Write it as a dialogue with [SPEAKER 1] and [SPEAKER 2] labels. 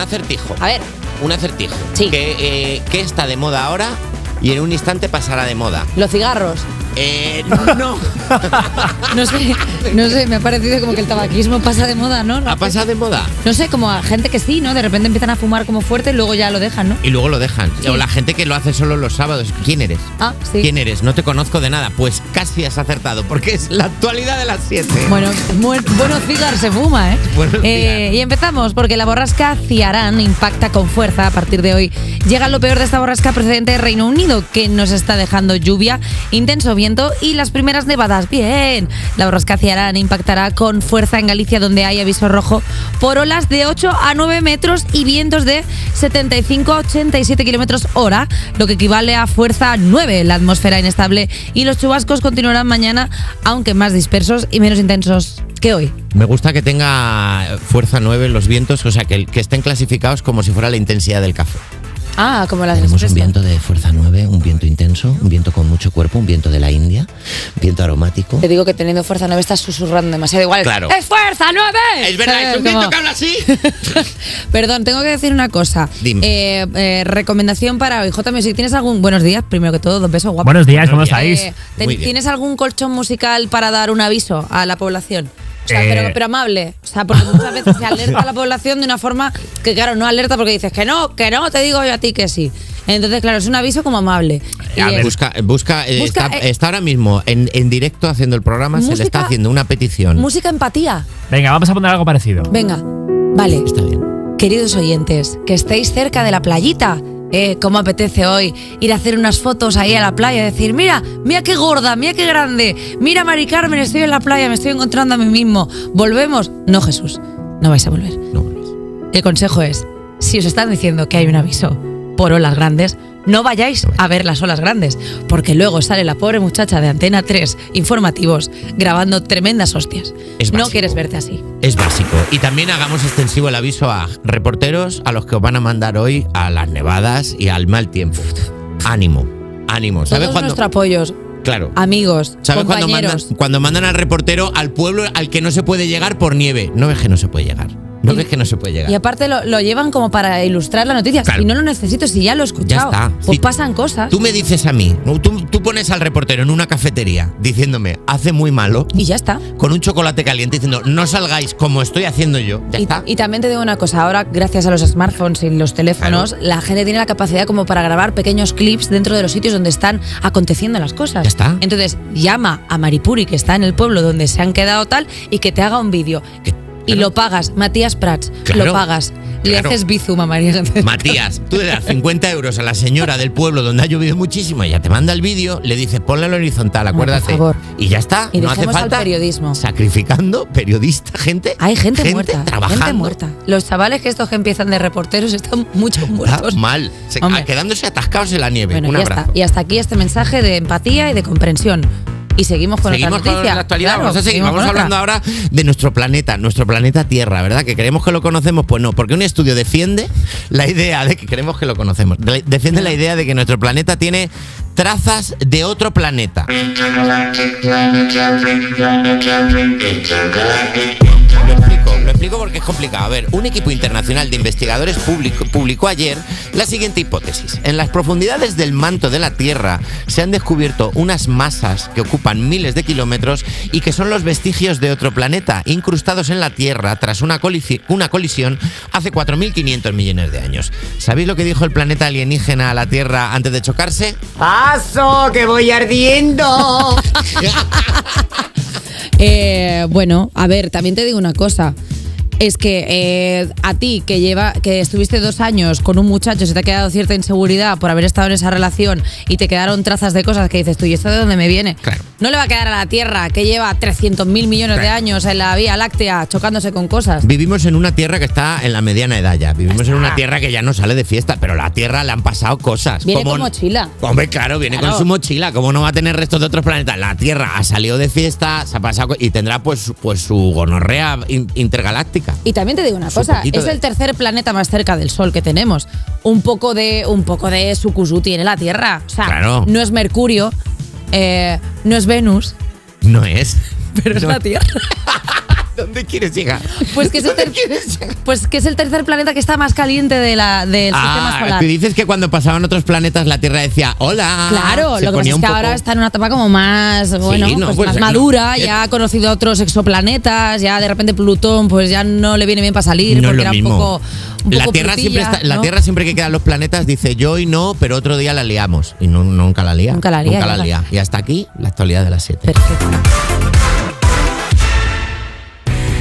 [SPEAKER 1] acertijo.
[SPEAKER 2] A ver.
[SPEAKER 1] Un acertijo. Que, eh, que está de moda ahora y en un instante pasará de moda.
[SPEAKER 2] Los cigarros.
[SPEAKER 1] Eh, no.
[SPEAKER 2] No sé, no sé, me ha parecido como que el tabaquismo pasa de moda, ¿no?
[SPEAKER 1] ¿Ha pasado de moda?
[SPEAKER 2] No sé, como a gente que sí, ¿no? De repente empiezan a fumar como fuerte y luego ya lo dejan, ¿no?
[SPEAKER 1] Y luego lo dejan.
[SPEAKER 2] Sí.
[SPEAKER 1] O la gente que lo hace solo los sábados. ¿Quién eres?
[SPEAKER 2] Ah, sí.
[SPEAKER 1] ¿Quién eres? No te conozco de nada. Pues casi has acertado, porque es la actualidad de las 7.
[SPEAKER 2] Bueno, buen, bueno cigar se fuma, ¿eh?
[SPEAKER 1] Bueno
[SPEAKER 2] Eh,
[SPEAKER 1] cigar.
[SPEAKER 2] Y empezamos, porque la borrasca Ciarán impacta con fuerza a partir de hoy. Llega lo peor de esta borrasca procedente de Reino Unido, que nos está dejando lluvia, intenso viento y las primeras nevadas. Bien, la borrasca Ciarán impactará con fuerza en Galicia, donde hay aviso rojo por olas de 8 a 9 metros y vientos de 75 a 87 kilómetros hora, lo que equivale a fuerza 9. La atmósfera inestable y los chubascos continuarán mañana, aunque más dispersos y menos intensos que hoy.
[SPEAKER 1] Me gusta que tenga fuerza 9 los vientos, o sea, que, que estén clasificados como si fuera la intensidad del café.
[SPEAKER 2] Ah, como las
[SPEAKER 1] Tenemos un
[SPEAKER 2] expreso.
[SPEAKER 1] viento de fuerza 9, un viento intenso, un viento con mucho cuerpo, un viento de la India, viento aromático.
[SPEAKER 2] Te digo que teniendo fuerza 9 estás susurrando demasiado igual.
[SPEAKER 1] Claro.
[SPEAKER 2] ¡Es fuerza 9!
[SPEAKER 1] Es verdad,
[SPEAKER 2] ¿Sabes?
[SPEAKER 1] es un viento
[SPEAKER 2] Como-
[SPEAKER 1] que habla así.
[SPEAKER 2] Perdón, tengo que decir una cosa.
[SPEAKER 1] Dime.
[SPEAKER 2] Eh, eh, recomendación para hoy. J Music, ¿tienes algún. Buenos días, primero que todo, dos besos, guapo.
[SPEAKER 3] Buenos días, ¿cómo
[SPEAKER 1] Buenos días.
[SPEAKER 3] estáis?
[SPEAKER 2] Eh, ten-
[SPEAKER 1] Muy bien.
[SPEAKER 2] ¿Tienes algún colchón musical para dar un aviso a la población? O sea,
[SPEAKER 3] Eh.
[SPEAKER 2] pero, pero amable. O sea, porque muchas veces se alerta a la población de una forma que, claro, no alerta porque dices que no, que no, te digo yo a ti que sí. Entonces, claro, es un aviso como amable. Y,
[SPEAKER 3] A
[SPEAKER 2] eh,
[SPEAKER 3] ver,
[SPEAKER 1] Busca, busca, eh,
[SPEAKER 2] Busca,
[SPEAKER 1] está,
[SPEAKER 2] eh,
[SPEAKER 1] está ahora mismo en, en directo haciendo el programa, se le
[SPEAKER 2] Música-
[SPEAKER 1] está haciendo una petición.
[SPEAKER 2] música empatía.
[SPEAKER 3] Venga, vamos a poner algo parecido.
[SPEAKER 2] Venga, vale.
[SPEAKER 1] Está bien.
[SPEAKER 2] Queridos oyentes, que estéis cerca de la playita. Eh, ¿Cómo apetece hoy ir a hacer unas fotos ahí a la playa? Decir, mira, mira qué gorda, mira qué grande. Mira, Mari Carmen, estoy en la playa, me estoy encontrando a mí mismo. ¿Volvemos? No, Jesús, no vais a volver.
[SPEAKER 1] No vuelves.
[SPEAKER 2] El consejo es, si os están diciendo que hay un aviso por olas grandes, no vayáis a ver las olas grandes, porque luego sale la pobre muchacha de Antena 3, informativos, grabando tremendas hostias.
[SPEAKER 1] Es
[SPEAKER 2] no
[SPEAKER 1] básico.
[SPEAKER 2] quieres verte así.
[SPEAKER 1] Es básico. Y también hagamos extensivo el aviso a reporteros a los que os van a mandar hoy a las nevadas y al mal tiempo. Ánimo, ánimo. ¿Sabes
[SPEAKER 2] Todos
[SPEAKER 1] cuándo?
[SPEAKER 2] nuestros apoyos,
[SPEAKER 1] Claro.
[SPEAKER 2] amigos,
[SPEAKER 1] ¿Sabes cuando mandan,
[SPEAKER 2] compañeros.
[SPEAKER 1] cuando mandan al reportero al pueblo al que no se puede llegar por nieve? No ves que no se puede llegar. No
[SPEAKER 2] Y-
[SPEAKER 1] ves que no se puede llegar.
[SPEAKER 2] Y aparte lo, lo llevan como para ilustrar la noticia.
[SPEAKER 1] Claro.
[SPEAKER 2] Si no lo necesito, si ya lo he escuchado,
[SPEAKER 1] Ya está.
[SPEAKER 2] pues
[SPEAKER 1] Si-
[SPEAKER 2] pasan cosas.
[SPEAKER 1] Tú me dices a mí, ¿no? tú, tú pones al reportero en una cafetería diciéndome, hace muy malo,
[SPEAKER 2] Y ya está.
[SPEAKER 1] con un chocolate caliente diciendo, no salgáis como estoy haciendo yo. Ya
[SPEAKER 2] Y,
[SPEAKER 1] está.
[SPEAKER 2] y también te digo una cosa, ahora gracias a los smartphones y los teléfonos, la gente tiene la capacidad como para grabar pequeños clips dentro de los sitios donde están aconteciendo las cosas.
[SPEAKER 1] Ya está.
[SPEAKER 2] Entonces llama a Maripuri, que está en el pueblo donde se han quedado tal, y que te haga un vídeo.
[SPEAKER 1] Que-
[SPEAKER 2] Y
[SPEAKER 1] claro.
[SPEAKER 2] lo pagas, Matías Prats,
[SPEAKER 1] Claro.
[SPEAKER 2] lo pagas. Le
[SPEAKER 1] Claro.
[SPEAKER 2] haces bizum a María.
[SPEAKER 1] Matías, tú le das 50 euros a la señora del pueblo donde ha llovido muchísimo, ella te manda el vídeo, le dices ponle al horizontal,
[SPEAKER 2] por
[SPEAKER 1] acuérdate.
[SPEAKER 2] favor.
[SPEAKER 1] Y ya está,
[SPEAKER 2] Y
[SPEAKER 1] no hace
[SPEAKER 2] dejemos al
[SPEAKER 1] falta.
[SPEAKER 2] periodismo.
[SPEAKER 1] Sacrificando periodista, gente.
[SPEAKER 2] Hay gente, muerta,
[SPEAKER 1] Trabajando.
[SPEAKER 2] gente muerta. Los chavales que estos que empiezan de reporteros están muchos
[SPEAKER 1] Está
[SPEAKER 2] muertos.
[SPEAKER 1] mal, se-
[SPEAKER 2] Hombre.
[SPEAKER 1] ah, quedándose atascados en la nieve.
[SPEAKER 2] Bueno,
[SPEAKER 1] Ah, Un
[SPEAKER 2] ya
[SPEAKER 1] abrazo.
[SPEAKER 2] está. Y hasta aquí este mensaje de empatía y de comprensión. Y seguimos con
[SPEAKER 1] Seguimos
[SPEAKER 2] otra
[SPEAKER 1] con
[SPEAKER 2] noticia.
[SPEAKER 1] la actualidad.
[SPEAKER 2] Claro,
[SPEAKER 1] vamos a seguir.
[SPEAKER 2] seguimos
[SPEAKER 1] Vamos
[SPEAKER 2] con otra.
[SPEAKER 1] hablando ahora de nuestro planeta, nuestro planeta Tierra, ¿verdad? Que creemos que lo conocemos. Pues no, porque un estudio defiende la idea de que creemos que lo conocemos. de- Defiende la idea de que nuestro planeta tiene trazas de otro planeta. Lo explico, lo explico porque es complicado. A ver, un equipo internacional de investigadores publicó, publicó ayer la siguiente hipótesis. En las profundidades del manto de la Tierra se han descubierto unas masas que ocupan miles de kilómetros y que son los vestigios de otro planeta, incrustados en la Tierra tras una, colici- una colisión hace 4.500 millones de años. ¿Sabéis lo que dijo el planeta alienígena a la Tierra antes de chocarse?
[SPEAKER 4] ¡Paso, que voy ardiendo!
[SPEAKER 2] Eh, bueno, a ver, también te digo una cosa. Es que eh, a ti que lleva, que estuviste dos años con un muchacho, se te ha quedado cierta inseguridad por haber estado en esa relación y te quedaron trazas de cosas que dices tú, ¿y esto de dónde me viene?
[SPEAKER 1] Claro.
[SPEAKER 2] No le va a quedar a la Tierra que lleva 300.000 millones de
[SPEAKER 1] Claro.
[SPEAKER 2] años en la Vía Láctea chocándose con cosas.
[SPEAKER 1] Vivimos en una tierra que está en la mediana edad ya. Vivimos en una tierra que ya no sale de fiesta, pero la tierra le han pasado cosas.
[SPEAKER 2] Viene con mochila.
[SPEAKER 1] Hombre, claro, viene
[SPEAKER 2] Claro.
[SPEAKER 1] con su mochila. ¿Cómo no va a tener restos de otros planetas? La tierra ha salido de fiesta, se ha pasado co- y tendrá pues, su- pues su gonorrea in- intergaláctica.
[SPEAKER 2] Y también te digo una
[SPEAKER 1] Su
[SPEAKER 2] cosa,
[SPEAKER 1] poquito
[SPEAKER 2] es
[SPEAKER 1] de-
[SPEAKER 2] el tercer planeta más cerca del Sol que tenemos. Un poco de un poco de sucusu tiene la Tierra. O sea,
[SPEAKER 1] Claro.
[SPEAKER 2] no es Mercurio, eh, no es Venus,
[SPEAKER 1] No es.
[SPEAKER 2] pero es
[SPEAKER 1] No-
[SPEAKER 2] la Tierra.
[SPEAKER 1] ¿Dónde quieres llegar?
[SPEAKER 2] Pues que, es el
[SPEAKER 1] ¿Dónde
[SPEAKER 2] ter-
[SPEAKER 1] quieres llegar?
[SPEAKER 2] pues que es el tercer planeta que está más caliente de la, del sistema
[SPEAKER 1] Ah,
[SPEAKER 2] solar.
[SPEAKER 1] tú dices que cuando pasaban otros planetas la Tierra decía hola.
[SPEAKER 2] Claro,
[SPEAKER 1] Se
[SPEAKER 2] lo que pasa
[SPEAKER 1] ponía
[SPEAKER 2] es
[SPEAKER 1] un
[SPEAKER 2] que
[SPEAKER 1] poco-
[SPEAKER 2] ahora está en una etapa como más, bueno,
[SPEAKER 1] no,
[SPEAKER 2] pues
[SPEAKER 1] pues,
[SPEAKER 2] más
[SPEAKER 1] no.
[SPEAKER 2] madura, ya ha conocido otros exoplanetas, ya de repente Plutón, pues ya no le viene bien para salir,
[SPEAKER 1] No es
[SPEAKER 2] porque
[SPEAKER 1] lo
[SPEAKER 2] era
[SPEAKER 1] mismo.
[SPEAKER 2] un poco, un
[SPEAKER 1] la
[SPEAKER 2] poco
[SPEAKER 1] tierra siempre
[SPEAKER 2] frutilla,
[SPEAKER 1] está- la
[SPEAKER 2] ¿no?
[SPEAKER 1] tierra siempre que quedan los planetas dice yo hoy no pero otro día la liamos y no- nunca la lía
[SPEAKER 2] Nunca la lía, ya está.
[SPEAKER 1] y hasta aquí la actualidad de las 7
[SPEAKER 2] Perfecto.